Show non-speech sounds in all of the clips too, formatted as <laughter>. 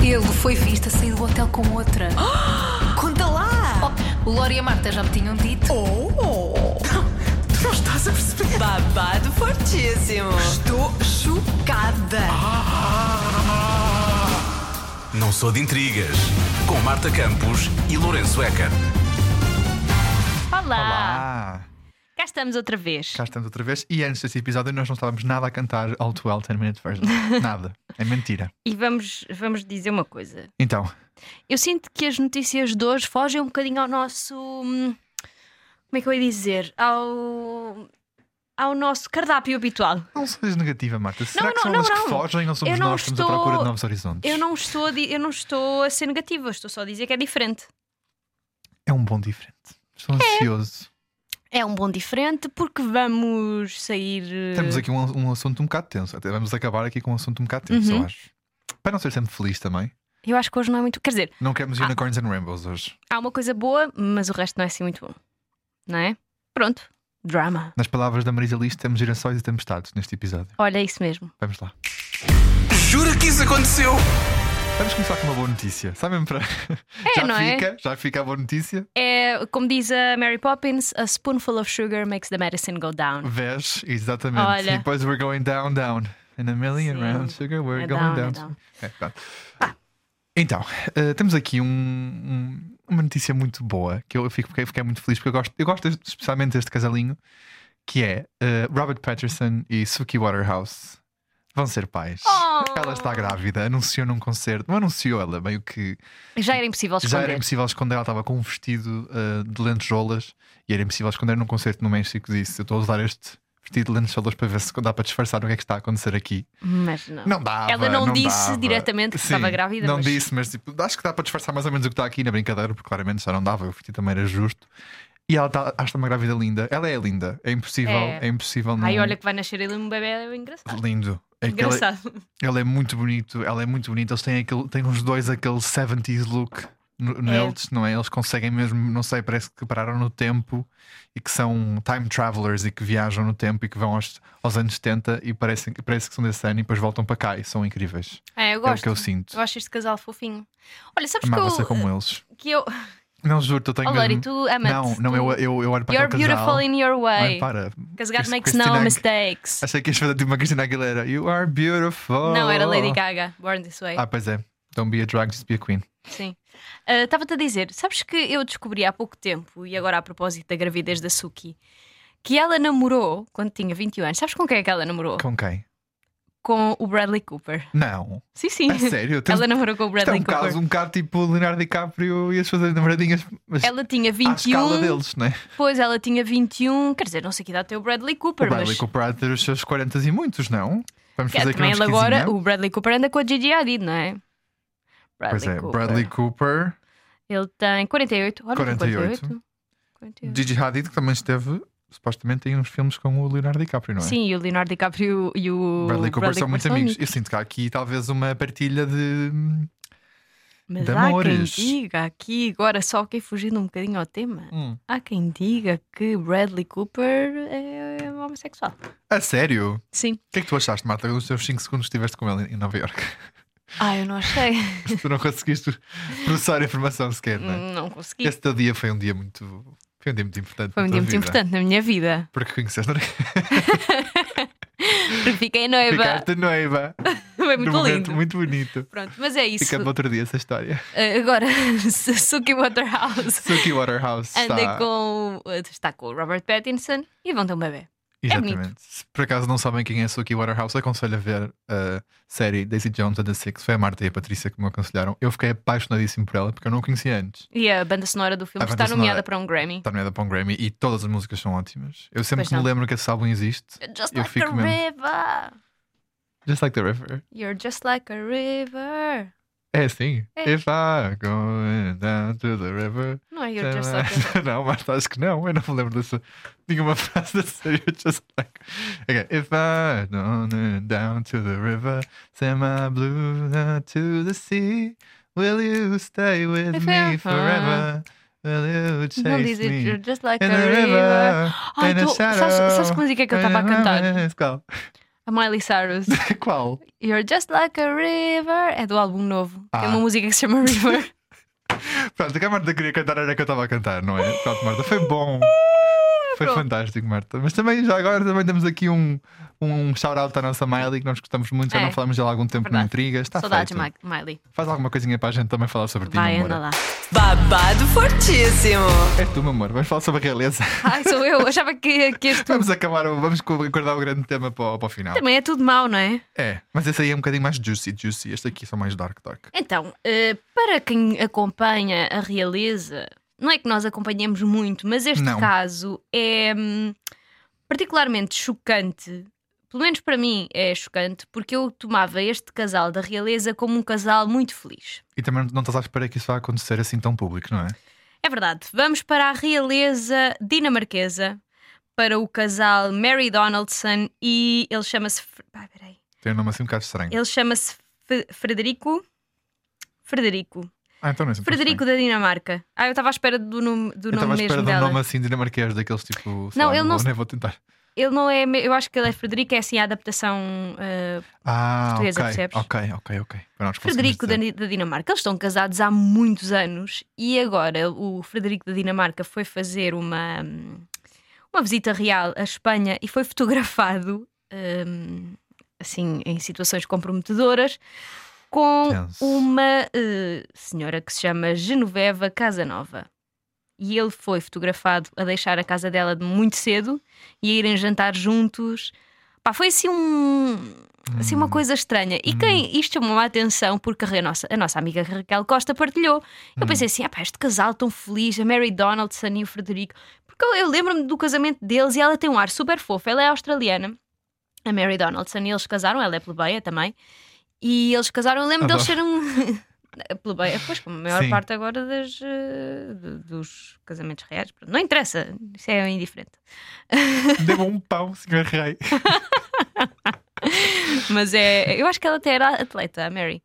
Ele foi visto a sair do hotel com outra. Então Conta lá! Oh, o Lori e a Marta já me tinham dito. Oh! Tu não estás a perceber? Babado fortíssimo! Estou chocada! Não sou de intrigas. Com Marta Campos e Lourenço Eker. Olá. Olá! Ah. Cá estamos outra vez. Cá estamos outra vez. E antes desse episódio, nós não estávamos nada a cantar All Too Well 10 Minute Version. <laughs> Nada. É mentira. E vamos, vamos dizer uma coisa. Então, Eu sinto que as notícias de hoje fogem um bocadinho ao nosso. hum, Como é que eu ia dizer? Ao. Ao nosso cardápio habitual. não sejas negativa, Marta. Será Não, que não, são não, eles que não. fogem ou somos Eu não nós que estamos estou- à procura de novos horizontes? Eu não, estou a di- eu não estou a ser negativa, estou só a dizer que é diferente. É um bom diferente. Estou ansioso. É um bom diferente porque vamos sair. eh, Temos aqui um, um assunto um bocado tenso. Até vamos acabar aqui com um assunto um bocado tenso, Uhum. eu acho. Para não ser sempre feliz também. Eu acho que hoje não é muito. Quer dizer, Não queremos unicorns and rainbows hoje. há uma coisa boa, mas o resto não é assim muito bom. Não é? Pronto. Drama. Nas palavras da Marisa Liz, temos girassóis e tempestades neste episódio. Olha, é isso mesmo. Vamos lá. Jura que isso aconteceu? Vamos começar com uma boa notícia. Sabem para. <laughs> já não é? fica, já fica a boa notícia. É, como diz a Mary Poppins, a spoonful of sugar makes the medicine go down. Vés, exatamente. Olha. E depois we're going down, down. In a million Sim. round sugar, we're É going down, é down. down. É, pronto. Então, eh, temos aqui um- um- uma notícia muito boa que eu fico, fiquei, fiquei muito feliz porque eu gosto, eu gosto deste- especialmente deste casalinho que é eh, Robert Patterson e Suki Waterhouse vão ser pais. Oh! Ela está grávida, anunciou num concerto, não anunciou ela, meio que Já era impossível já era esconder. impossível esconder, ela estava com um vestido eh, de lentejoulas e era impossível esconder num concerto no México. Disse: Eu estou a usar este vestido de lentejoulas para ver se dá para disfarçar o que é que está a acontecer aqui. Mas não. Não dá. Ela não disse diretamente que estava grávida, Não mas- disse, mas tipo, acho que dá para disfarçar mais ou menos o que está aqui na brincadeira, porque claramente já não dava, o vestido também era justo. E ela tá, está, acha uma grávida linda. Ela é linda, é impossível, É. é, impossível não. Ai, olha que vai nascer ele um bebê engraçado. Lindo. É que ela, Engraçado. ele é muito bonito, ela é muito bonita. Eles têm, aquele, têm os dois aquele 70s look no- neles, não é? Eles conseguem mesmo, não sei, parece que pararam no tempo e que são time travelers e que viajam no tempo e que vão aos, aos anos 70 e parecem, que- parece que são desse ano e depois voltam para cá e são incríveis. É, eu É o que gosto. eu sinto. Eu acho este casal fofinho. Olha, sabes É que Amava ser eu. eh, como eles. Que eu... Não, juro, eu tenho Oh, Lori, mesmo... tu amas. Não, não, eu, eu, eu olho para You're aquele casal. beautiful in your Ai, way. para. Because God Chris- makes Christina no Ag- mistakes. Achei que ias fazer tipo uma Cristina Aguilera. You are beautiful. Não, era Lady Gaga, Born This Way. Ah, pois é. Don't be a drag, just be a queen. Sim. Ah, Estava-te a dizer, sabes que eu descobri há pouco tempo, e agora a propósito da gravidez da Suki, que ela namorou quando tinha 21 anos. Sabes com quem é que ela namorou? Com, Com quem? o Bradley Cooper. Não. Sim, sim. <laughs> A sério? Tens- Ela namorou com o Isto é Bradley um Cooper. caso um bocado tipo Leonardo DiCaprio e as suas namoradinhas, mas Ela tinha à escala 21. deles, né? Depois ela tinha 21. Quer dizer, não sei que idade tem o Bradley Cooper, o Bradley mas. Cooper há de ter os seus 40 e muitos, não? Vamos Quer, fazer aqui um também uma ele agora, pesquisinha. o Bradley Cooper anda com a Gigi Hadid, não é? Bradley Pois é, Cooper. Bradley Cooper, Ele tem 48. Olha, 48. 48. 48. 48. Gigi Hadid, que também esteve supostamente em uns filmes com o Leonardo DiCaprio, não é? Sim, e o Leonardo DiCaprio e o. Bradley Cooper são muito amigos. amigos. Eu sinto que há aqui talvez uma partilha de. Mas de há amores. quem diga aqui, agora só quem fugindo um bocadinho ao tema, Hum, há quem diga que Bradley Cooper é homossexual. A sério? Sim. O que é que tu achaste, Marta, nos teus 5 segundos que estiveste com ele em Nova York? Ah, eu não achei. <laughs> tu não conseguiste processar a informação sequer, não é? não consegui. Esse teu dia foi um dia muito. Foi um dia muito importante. Foi um na dia tua muito vida. importante na minha vida. <laughs> Porque conheceste Porque fiquei noiva. Ficaste noiva. Foi Num muito é, momento lindo. muito bonito. Pronto, mas é isso. Fica para outro dia <laughs> essa história. Ah, agora, Suki Waterhouse Suki Waterhouse anda está. com, é o- está com o Robert Pattinson e vão ter um bebê. Exatamente. Se por acaso não sabem quem é Suki Waterhouse, aconselho a ver a série Daisy Jones and the Six. Foi a Marta e a Patrícia que me aconselharam. Eu fiquei apaixonadíssimo por ela porque eu não a conhecia antes. E a banda sonora do filme A está banda nomeada sonora- para um Grammy. Está nomeada para um Grammy e todas as músicas são ótimas. Eu sempre Pois que me não. lembro que esse álbum existe. Just like Eu a fico mesmo. river. Just Like the River. You're just like a river. É assim. É. If I go down to the river. Não é You're Just uh, Like a <laughs> não, mas acho que não. Eu não me lembro dessa. Nenhuma <laughs> frase da série. You're Just like. Okay. If I don't down to the river, send my blue down to the sea, will you stay with If I- me forever? Will you chase Não diz me? it, you're just like a in the river. Ah, river, Ai, in a tô- sabes, shadow, sabes que música é que eu estava a in cantar? my sky. A Miley Cyrus. <laughs> Qual? You're just like a river. É do álbum novo. Tem Ah. uma música que se chama River. <laughs> <laughs> Pronto, o que a Marta queria cantar era o que eu estava a cantar, não é? Pronto, Marta, foi <laughs> bom. Foi Pronto. fantástico, Marta. Mas também, já agora, também temos aqui um, um shout-out à nossa Miley, que nós gostamos muito. Já É. não falamos dela há algum tempo Verdade. no Intrigas. Está Saudades, feito. Ma- Miley. Faz alguma coisinha para a gente também falar sobre ti, Vai, meu amor. anda lá. Babado fortíssimo. É tu, meu amor. Vamos falar sobre a realeza. <laughs> Ai, sou eu. Achava que, que este <laughs> vamos acabar, o- vamos co- guardar o grande tema para, o- para o final. também é tudo mau, não é? É, mas esse aí é um bocadinho mais juicy, juicy. Este aqui são mais dark, dark. Então, eh, para quem acompanha a realeza, não é que nós acompanhemos muito, mas este Não. caso é hum, particularmente chocante. Pelo menos para mim é chocante, porque eu tomava este casal da realeza como um casal muito feliz. E também não estás à espera que isso vá acontecer assim tão público, não é? É verdade, vamos para a realeza dinamarquesa, para o casal Mary Donaldson e ele chama-se. Fre- Pá, peraí. Tem um nome assim um bocado estranho. Ele chama-se Fe- Frederico. Frederico. Ah, então não é assim tão Frederico da Dinamarca. Ah, eu estava à espera do nome, do Eu estava nome à espera mesmo de um dela. nome assim dinamarquês, daqueles tipo. sei Não, lá, ele não vou, se- nem vou tentar. Ele não é. me- Eu acho que ele é Frederico, é assim a adaptação. ah, Ah, Portuguesa, ok. percebes? Ok, ok, ok. Para nós conseguirmos Frederico da, dizer. Ni- da Dinamarca. Eles estão casados há muitos anos e agora o Frederico da Dinamarca foi fazer uma, hum, uma visita real à Espanha e foi fotografado hum, assim em situações comprometedoras com Tenso. uma eh, senhora que se chama Genoveva Casanova. E ele foi fotografado a deixar a casa dela de muito cedo e a irem jantar juntos. Pá, foi assim um, Assim, uma coisa estranha. E quem isto chamou a atenção, porque a nossa, a nossa amiga Raquel Costa partilhou. Eu pensei assim: ah, pá, este casal tão feliz, a Mary Donaldson e o Frederico. Porque eu, eu lembro-me do casamento deles e ela tem um ar super fofo. Ela é australiana, a Mary Donaldson, e eles casaram. Ela é plebeia também. E eles casaram. Eu lembro deles serem. um <laughs> plebeia, pois, como a maior Sim. parte agora das, eh, do- dos casamentos reais. Pronto, Não interessa, isso é indiferente. <laughs> Deu um pão, senhor rei. Mas é. Eu acho que ela até era atleta, a Mary.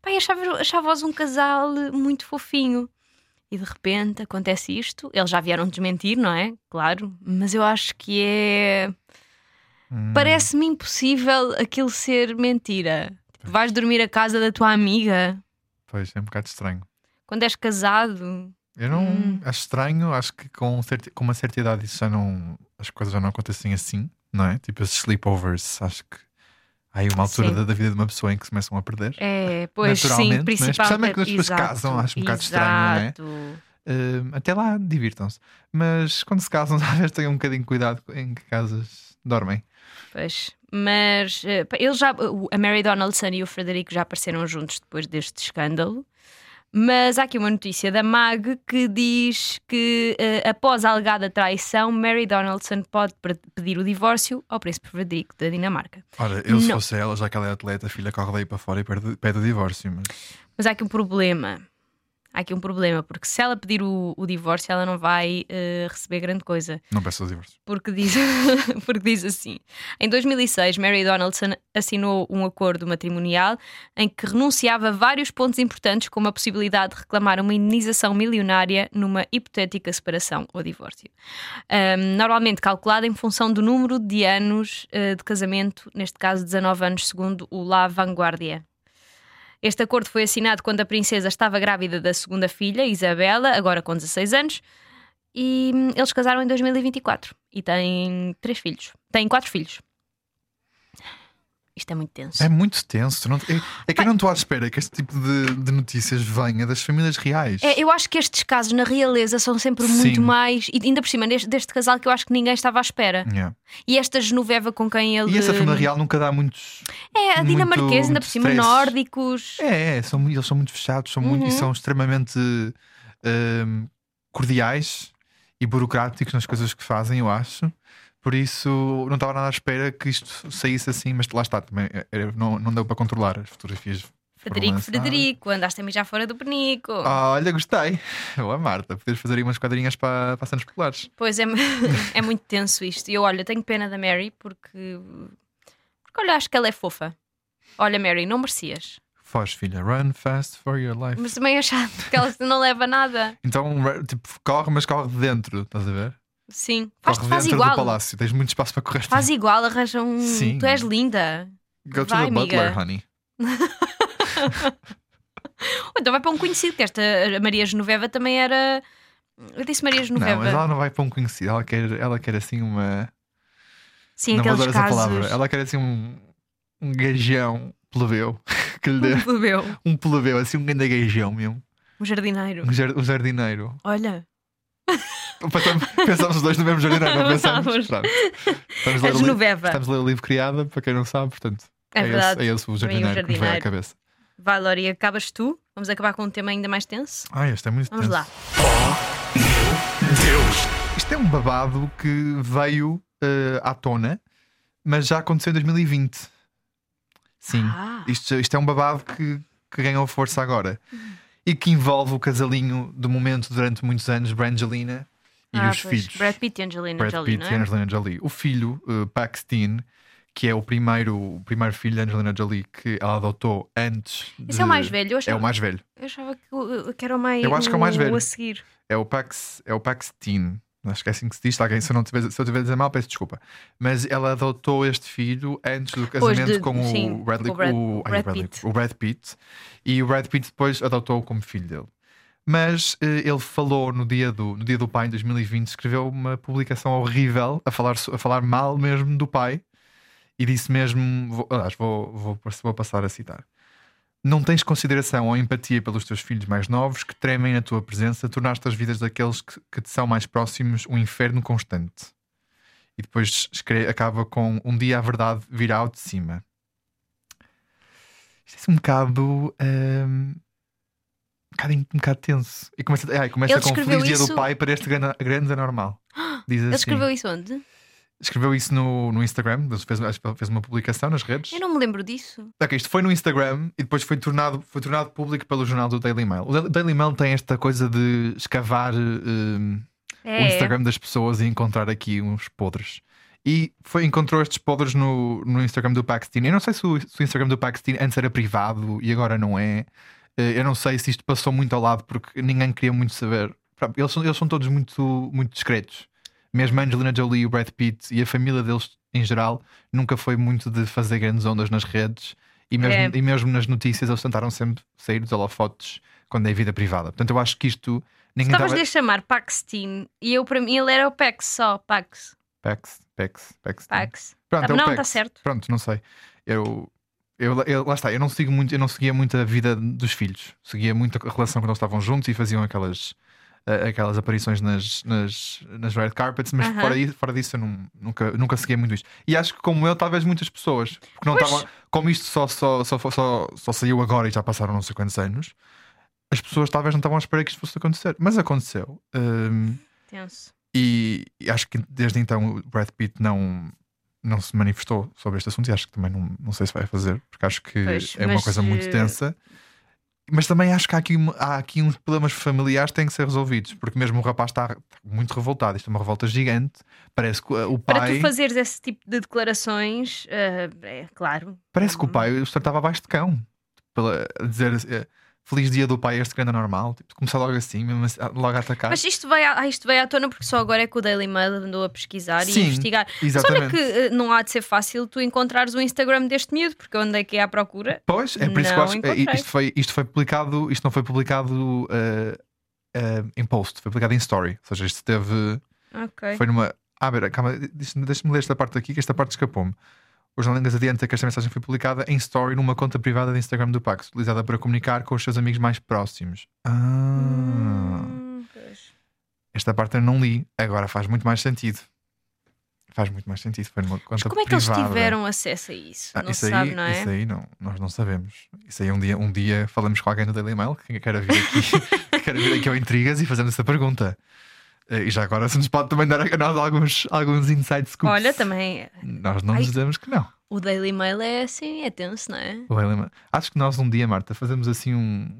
Pai, achava- achava-os um casal muito fofinho. E de repente acontece isto. Eles já vieram desmentir, não é? Claro. Mas eu acho que é. Hum. Parece-me impossível aquilo ser mentira. Tipo, vais dormir à casa da tua amiga Pois, é um bocado estranho. quando és casado. Eu não. Hum. Acho estranho, acho que com, um certi- com uma certa idade isso já não. As coisas já não acontecem assim, não é? Tipo esses sleepovers, acho que. Há aí uma altura Sim. da, da vida de uma pessoa em que se começam a perder. É, pois Naturalmente, sim, né? principalmente. Especialmente quando as pessoas Exato, casam, acho um bocado estranho, não é? exato. Hum, até lá, divirtam-se. Mas quando se casam, <laughs> talvez tenham um bocadinho de cuidado em que casas dormem. Pois, mas eh, pá, eles já, o- a Mary Donaldson e o Frederico já apareceram juntos depois deste escândalo. Mas há aqui uma notícia da MAG que diz que, eh, após a alegada traição, Mary Donaldson pode pre- pedir o divórcio ao príncipe Frederico da Dinamarca. Ora, eu se Não. fosse ela, já que ela é atleta, a filha corre daí para fora e perde- pede, o divórcio. Mas Mas há aqui um problema. Há aqui um problema, porque se ela pedir o, o divórcio, ela não vai eh, receber grande coisa. não peço o divórcio. porque diz, <laughs> porque diz assim: em 2006, Mary Donaldson assinou um acordo matrimonial em que renunciava a vários pontos importantes, como a possibilidade de reclamar uma indenização milionária numa hipotética separação ou divórcio, Ahm, normalmente calculada em função do número de anos eh, de casamento, neste caso 19 anos, segundo o La Vanguardia. Este acordo foi assinado quando a princesa estava grávida da segunda filha, Isabela, agora com 16 anos, e hum, eles casaram em 2024 e têm três filhos. Têm quatro filhos. Isto é muito tenso. É muito tenso. não- é, é que eu não estou à espera que este tipo de, de notícias venha das famílias reais. É, eu acho que estes casos na realeza são sempre Sim. muito mais. E ainda por cima deste, deste casal que eu acho que ninguém estava à espera. Yeah. E esta Genoveva com quem ele. E essa família real nunca dá muitos. É, a muito- dinamarquesa, ainda muito por cima, stress. nórdicos. É, é, são, mu- eles são muito fechados são Uhum. muito, e são extremamente hum, cordiais e burocráticos nas coisas que fazem, eu acho. Por isso, não estava nada à espera que isto saísse assim, mas lá está, também é, é, não, não deu para controlar as fotografias. foram Frederico, lançadas. Frederico, andaste a mijar fora do penico. <laughs> Ah, olha, gostei. Boa, Marta, podes fazer aí umas quadrinhas para, para cenas populares. Pois é, <laughs> é muito tenso isto. E eu, olha, tenho pena da Mary porque. Porque, olha, acho que ela é fofa. Olha, Mary, não merecias. Foz, filha, run fast for your life. Mas também é chato porque ela não leva nada. um Então, re- tipo, corre, mas corre de dentro, estás a ver? Sim. Faz, Corre faz dentro do igual. palácio, tens muito espaço para correr. Faz igual, arranja um. Sim. Tu és linda. <laughs> Go to Vai, the butler, amiga. honey. Ou então vai para um conhecido, que esta a Maria Genoveva também era. Eu disse Maria Não, Genoveva. mas ela não vai para um conhecido, ela quer, ela quer assim uma. Sim, não vou aqueles usar essa casos. palavra. <laughs> Ela quer assim um, um gajão plebeu <laughs> que <laughs> lhe dê Bebeu. um plebeu, assim um grande gajão mesmo. Um jardineiro. Um, jar- um jardineiro. Olha. Pensamos, <laughs> pensamos os dois no mesmo jardineiro, não pensamos? Pensamos. Pronto. Estamos A a ler o livro- Genoveva. estamos a ler o livro Criada, para quem não sabe, portanto. É verdade. Esse, é esse o jardineiro, que me veio à jardineiro. cabeça. Vai, Lori, acabas tu. Vamos acabar com um tema ainda mais tenso. Ah, este é muito Vamos tenso. lá. Deus! Isto é um babado que veio eh, à tona, mas já aconteceu em 2020. Sim. Ah. Isto, isto é um babado que, que ganhou força agora. Uhum. E que envolve o casalinho do momento durante muitos anos, Brangelina e Ah, os pois. filhos. Brad Pitt e Angelina Brad Jolie, Pitt não e é? Angelina Jolie. O filho, eh, Paxton, que é o primeiro, o primeiro filho de Angelina Jolie que ela adotou antes. Esse de- é o mais velho. Eu É achava, o mais velho. eu achava que, o- que era o mais. Eu acho que é o mais velho. a seguir. É o Pax, é o Paxtin. Acho que é assim que se diz. Tá, alguém, se eu não tiver, se eu tiver a dizer mal, peço desculpa. Mas ela adotou este filho antes do casamento de- com sim, o Bradley, com o Brad- o- ai, Brad o Bradley- Pitt. o Brad Pitt. E o Brad Pitt depois adotou-o como filho dele. Mas eh, ele falou no dia, do, no dia do pai, em 2020, escreveu uma publicação horrível a falar, so- a falar mal mesmo do pai. E disse mesmo: vou, aliás, vou, vou, vou passar a citar. Não tens consideração ou empatia pelos teus filhos mais novos que tremem na tua presença, tornaste as vidas daqueles que, que te são mais próximos um inferno constante. E depois escre- acaba com um dia a verdade virá ao de cima. Isto é um bocado. hum, um bocado, um bocado tenso. E começa, ai, começa Ele com escreveu Feliz Dia isso- do Pai para este grande, <gasps> grande anormal. Diz assim. Ele escreveu isso onde? Escreveu isso no, no Instagram, mas fez, acho que fez uma publicação nas redes. Eu não me lembro disso. Ok, isto foi no Instagram e depois foi tornado, foi tornado público pelo jornal do Daily Mail. O Da- Daily Mail tem esta coisa de escavar eh, hum, É, o Instagram das pessoas e encontrar aqui uns podres. E foi, encontrou estes podres no, no Instagram do Paxton. Eu não sei se o, se o Instagram do Paxton antes era privado e agora não é. Eh, Eu não sei se isto passou muito ao lado porque ninguém queria muito saber. Pá, Eles são, eles são todos muito, muito discretos. Mesmo a Angelina Jolie, o Brad Pitt e a família deles em geral nunca foi muito de fazer grandes ondas nas redes e mesmo, É. e mesmo nas notícias eles tentaram sempre sair dos holofotes quando é vida privada. Portanto, eu acho que isto ninguém Estavas estava- a chamar Paxtin e eu para mim ele era o Pax só, Pax, Pax, Pax, Pax. Pax. Pronto, Tá- é o não, Pax. tá certo. Pronto, não sei. Eu, eu, eu- lá está, eu não sigo muito, eu não seguia muito a vida dos filhos. Seguia muito a relação quando eles estavam juntos e faziam aquelas a- aquelas aparições nas, nas, nas red carpets, mas Aham. fora, isso- fora disso eu não- nunca, nunca segui muito isto. E acho que, como eu, talvez muitas pessoas, porque não Pois. estavam, como isto só, só, só, só, só saiu agora e já passaram não sei quantos anos, as pessoas talvez não estavam à espera que isto fosse acontecer, mas aconteceu. Hum, Tenso. e e acho que desde então o Brad Pitt não, não se manifestou sobre este assunto e acho que também não, não sei se vai fazer, porque acho que Pois, é uma mas, coisa muito eh, tensa. Mas também acho que há aqui, uma- há aqui uns problemas familiares que têm que ser resolvidos, porque mesmo o rapaz está muito revoltado, isto é uma revolta gigante. Parece que eh, o Para pai, tu fazeres esse tipo de declarações, eh, é claro. parece que o pai os tratava abaixo de cão, pela, a dizer eh, feliz dia do pai, este grande anormal, tipo, começar logo assim, mesmo assim, logo a atacar. Mas isto veio, à, isto veio à tona porque só agora é que o Daily Mail andou a pesquisar e Sim, a investigar. Mas olha Exatamente. que eh, não há de ser fácil tu encontrares o Instagram deste miúdo, porque eu andei aqui à procura. Pois, é por isso que eu Não acho encontrei. isto foi, isto foi publicado, isto não foi publicado eh, eh, em post, foi publicado em story. Ou seja, isto teve. Ok. Foi numa. Ah, pera, calma, deixa-me deixa-me ler esta parte aqui, que esta parte escapou-me. O Jornal Inglês adianta que esta mensagem foi publicada em story numa conta privada de Instagram do Pax, utilizada para comunicar com os seus amigos mais próximos. Ah, Hum, pois. esta parte eu não li, agora faz muito mais sentido. Faz muito mais sentido. Foi numa conta Mas como é que eles Então, privada. tiveram acesso a isso? Ah, não se sabe, aí, não é? Isso aí não, nós não sabemos. Isso aí um dia, um dia falamos com alguém no Daily Mail que quer vir aqui, <laughs> que quer vir aqui ao Intrigas e fazemos essa pergunta. Eh, E já agora se nos pode também dar a nós alguns, alguns inside scoops. Olha, também Nós não Ai. dizemos que não. o Daily Mail é assim, é tenso, não é? O Daily Mail- Acho que nós um dia, Marta, fazemos assim um-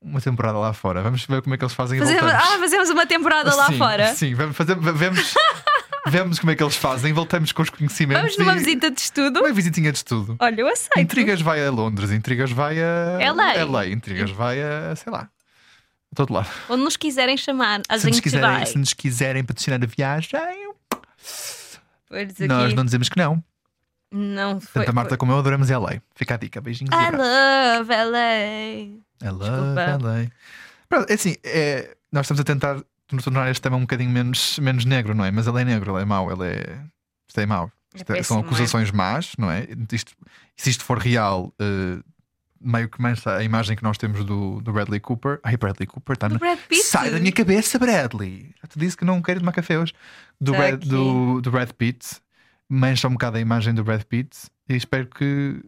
uma temporada lá fora. Vamos ver como é que eles fazem e Fazemos, voltamos. ah, fazemos uma temporada lá sim, fora. Sim, vamos fazer. Vemos, vemos como é que eles fazem, voltamos com os conhecimentos. Vamos numa e- visita de estudo. Uma visitinha de estudo. Olha, eu aceito. Intrigas vai a Londres, intrigas vai a. LA. LA, intrigas vai a. sei lá. Todo lado. Onde nos quiserem chamar, a Se nos, gente quiserem, vai. se nos quiserem patrocinar a viagem, Pois aqui, nós não, não dizemos que não. foi. Tanto a Marta como eu adoramos LA. Fica a dica. Beijinhos e foi. I abraços. love É LA. I love Ah, Desculpa. LA. Pronto, é assim, é, nós estamos a tentar nos tornar este tema um bocadinho menos, menos negro, não é? Mas ele é negro, ele é mau, ele é. Isto é mau. É Isto é- péssimo, são acusações más, não é? Isto- se isto for real, eh, meio que mancha a imagem que nós temos do, do Bradley Cooper. Ai, Bradley Cooper, está é. Do na. Brad Pitt. Sai da minha cabeça, Bradley! Já te disse que não quero tomar café hoje. Do, Tá Brad, aqui. do, do Brad Pitt, mancha um bocado a imagem do Brad Pitt e espero que,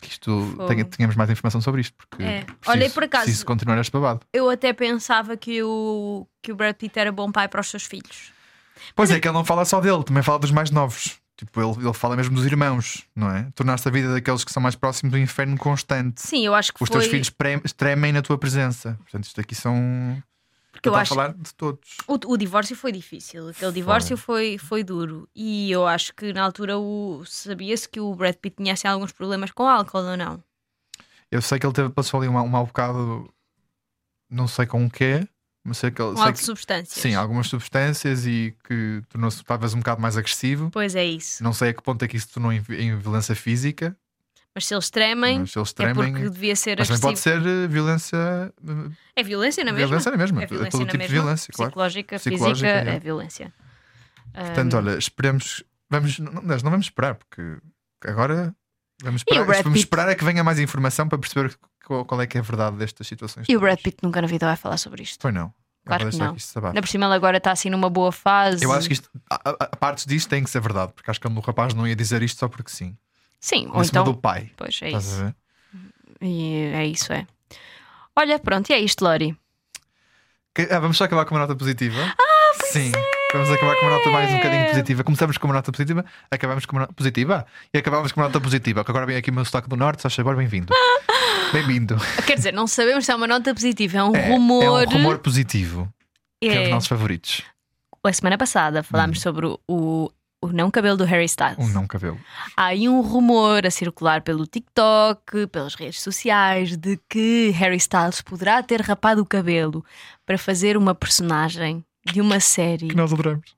que isto Fogo. tenha- tenhamos mais informação sobre isto, porque É. preciso, Olha, e por acaso- preciso continuar este babado. Eu até pensava que o, que o Brad Pitt era bom pai para os seus filhos. Pois é, que ele não fala só dele, também fala dos mais novos. Tipo, ele, ele fala mesmo dos irmãos, não é? Tornar-se a vida daqueles que são mais próximos do inferno constante. Sim, eu acho que Os foi. teus filhos pre- tremem na tua presença. Portanto, isto aqui são. Porque eu Ele está a acho- falar de todos. O, o divórcio foi difícil, aquele divórcio foi, foi duro. E eu acho que na altura o- sabia-se que o Brad Pitt tinha assim, alguns problemas com álcool ou não. Eu sei que ele teve, passou ali um, mau- um mau bocado, não sei com o quê, mas sei que ele. Com sei álcool de que- substâncias. sim, algumas substâncias e que tornou-se talvez um bocado mais agressivo. Pois é isso. Não sei a que ponto é que isso tornou em, vi- em violência física, Mas se eles tremem, mas eles é tremem. porque devia ser mas também agressivo. pode ser eh, violência. eh, É violência na mesma. Violência na mesma, É violência todo na tipo de mesma. violência, claro. Psicológica, Psicológica, física, é. é violência. Ehm. Portanto, olha, esperemos. Vamos, não, nós não vamos esperar, porque agora vamos E o esperar, Brad vamos Pitt? esperar a que venha mais informação para perceber qual, qual é que é a verdade destas situações. E o Brad todas. Pitt nunca na vida vai falar sobre isto. Pois não. Eu Claro vou que deixar não. que isto se abate. Ainda por cima ele agora está assim numa boa fase. Eu acho que isto, a, a- a partes disto têm que ser verdade, porque acho que o rapaz não ia dizer isto só porque sim. Sim, em ou cima então. do pai. Pois é Estás isso. a ver? E é isso, é. Olha, pronto, e é isto, Lori. Que- ah, vamos só acabar com uma nota positiva. Ah, sim. é! Vamos acabar com uma nota mais um bocadinho positiva. Começamos com uma nota positiva, acabamos com uma nota positiva e acabamos com uma nota positiva. Que agora vem aqui o meu sotaque do norte, Sacha <laughs> Bor, bem-vindo. Bem-vindo. Quer dizer, não sabemos se é uma nota positiva, é um <laughs> É, rumor. É um rumor positivo. Que é um É. dos nossos favoritos. A semana passada falámos sobre o, o, não cabelo do Harry Styles. Um não cabelo. Há aí um rumor a circular pelo TikTok, pelas redes sociais, de que Harry Styles poderá ter rapado o cabelo para fazer uma personagem de uma série. Que nós adoramos.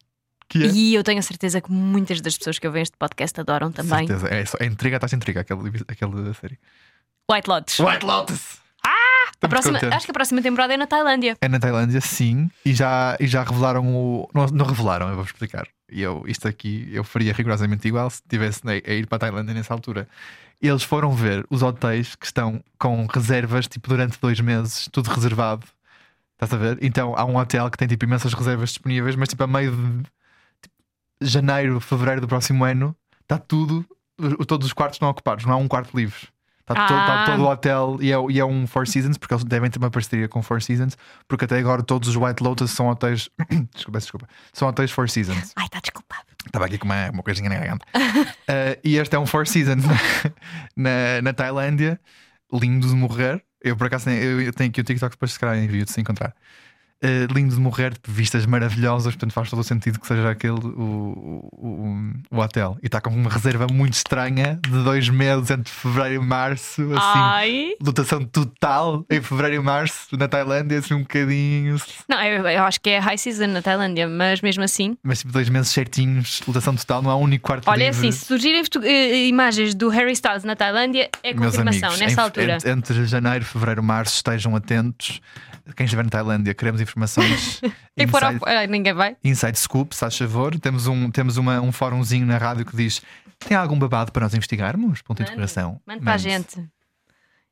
Que é. E eu tenho a certeza que muitas das pessoas que ouvem este podcast adoram também. Certeza. É, só, é intriga, estás intriga, aquele, aquele série. White Lotus. White Lotus! Ah! A próxima, acho que a próxima temporada é na Tailândia. É na Tailândia, sim, e já, e já revelaram o. Não, não revelaram, eu vou explicar. E Eu, isto aqui eu faria rigorosamente igual se estivesse a ir para a Tailândia nessa altura. Eles foram ver os hotéis que estão com reservas tipo durante dois meses, tudo reservado. Estás a ver? Então há um hotel que tem tipo imensas reservas disponíveis, mas tipo a meio de tipo, janeiro, fevereiro do próximo ano, está tudo, o- todos os quartos estão ocupados, não há um quarto livre. Está todo, está Ah. todo o hotel e é, e é um Four Seasons, porque eles devem ter uma parceria com Four Seasons, porque até agora todos os White Lotus são hotéis. <coughs> desculpa, peço desculpa. São hotéis Four Seasons. Ai, está desculpado. Estava aqui com uma, uma coisinha na garganta. Eh, e este é um Four Seasons na, na Tailândia, lindo de morrer. Eu por acaso tenho, eu- eu tenho aqui o TikTok depois se calhar envio de se encontrar. Eh, lindo de morrer, tipo, vistas maravilhosas, portanto faz todo o sentido que seja aquele o, o, o hotel. E está com uma reserva muito estranha de dois meses entre fevereiro e março, assim. Ai. Lotação total em fevereiro e março na Tailândia, assim um bocadinho. Não, eu, eu acho que é high season na Tailândia, mas mesmo assim. Mas tipo dois meses certinhos, lotação total, não há um único quarto Olha, é livre. assim, se surgirem foto- eh, imagens do Harry Styles na Tailândia, é Meus confirmação amigos, nessa em- altura. Entre, entre janeiro, fevereiro, março, estejam atentos. Quem estiver na Tailândia, queremos informações. <laughs> E por ao... inside, Ai, ninguém vai. inside Scoop, se faz favor. Temos, um, temos uma, um fórumzinho na rádio que diz: tem algum babado para nós investigarmos? Ponto de Mande, interrogação. Mande para a gente.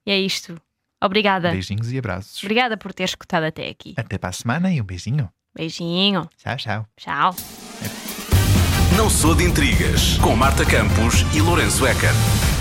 E é isto. Obrigada. Beijinhos e abraços. Obrigada por ter escutado até aqui. Até para a semana e um beijinho. Beijinho. Tchau, tchau. Tchau. Não sou de intrigas com Marta Campos e Lourenço Eker.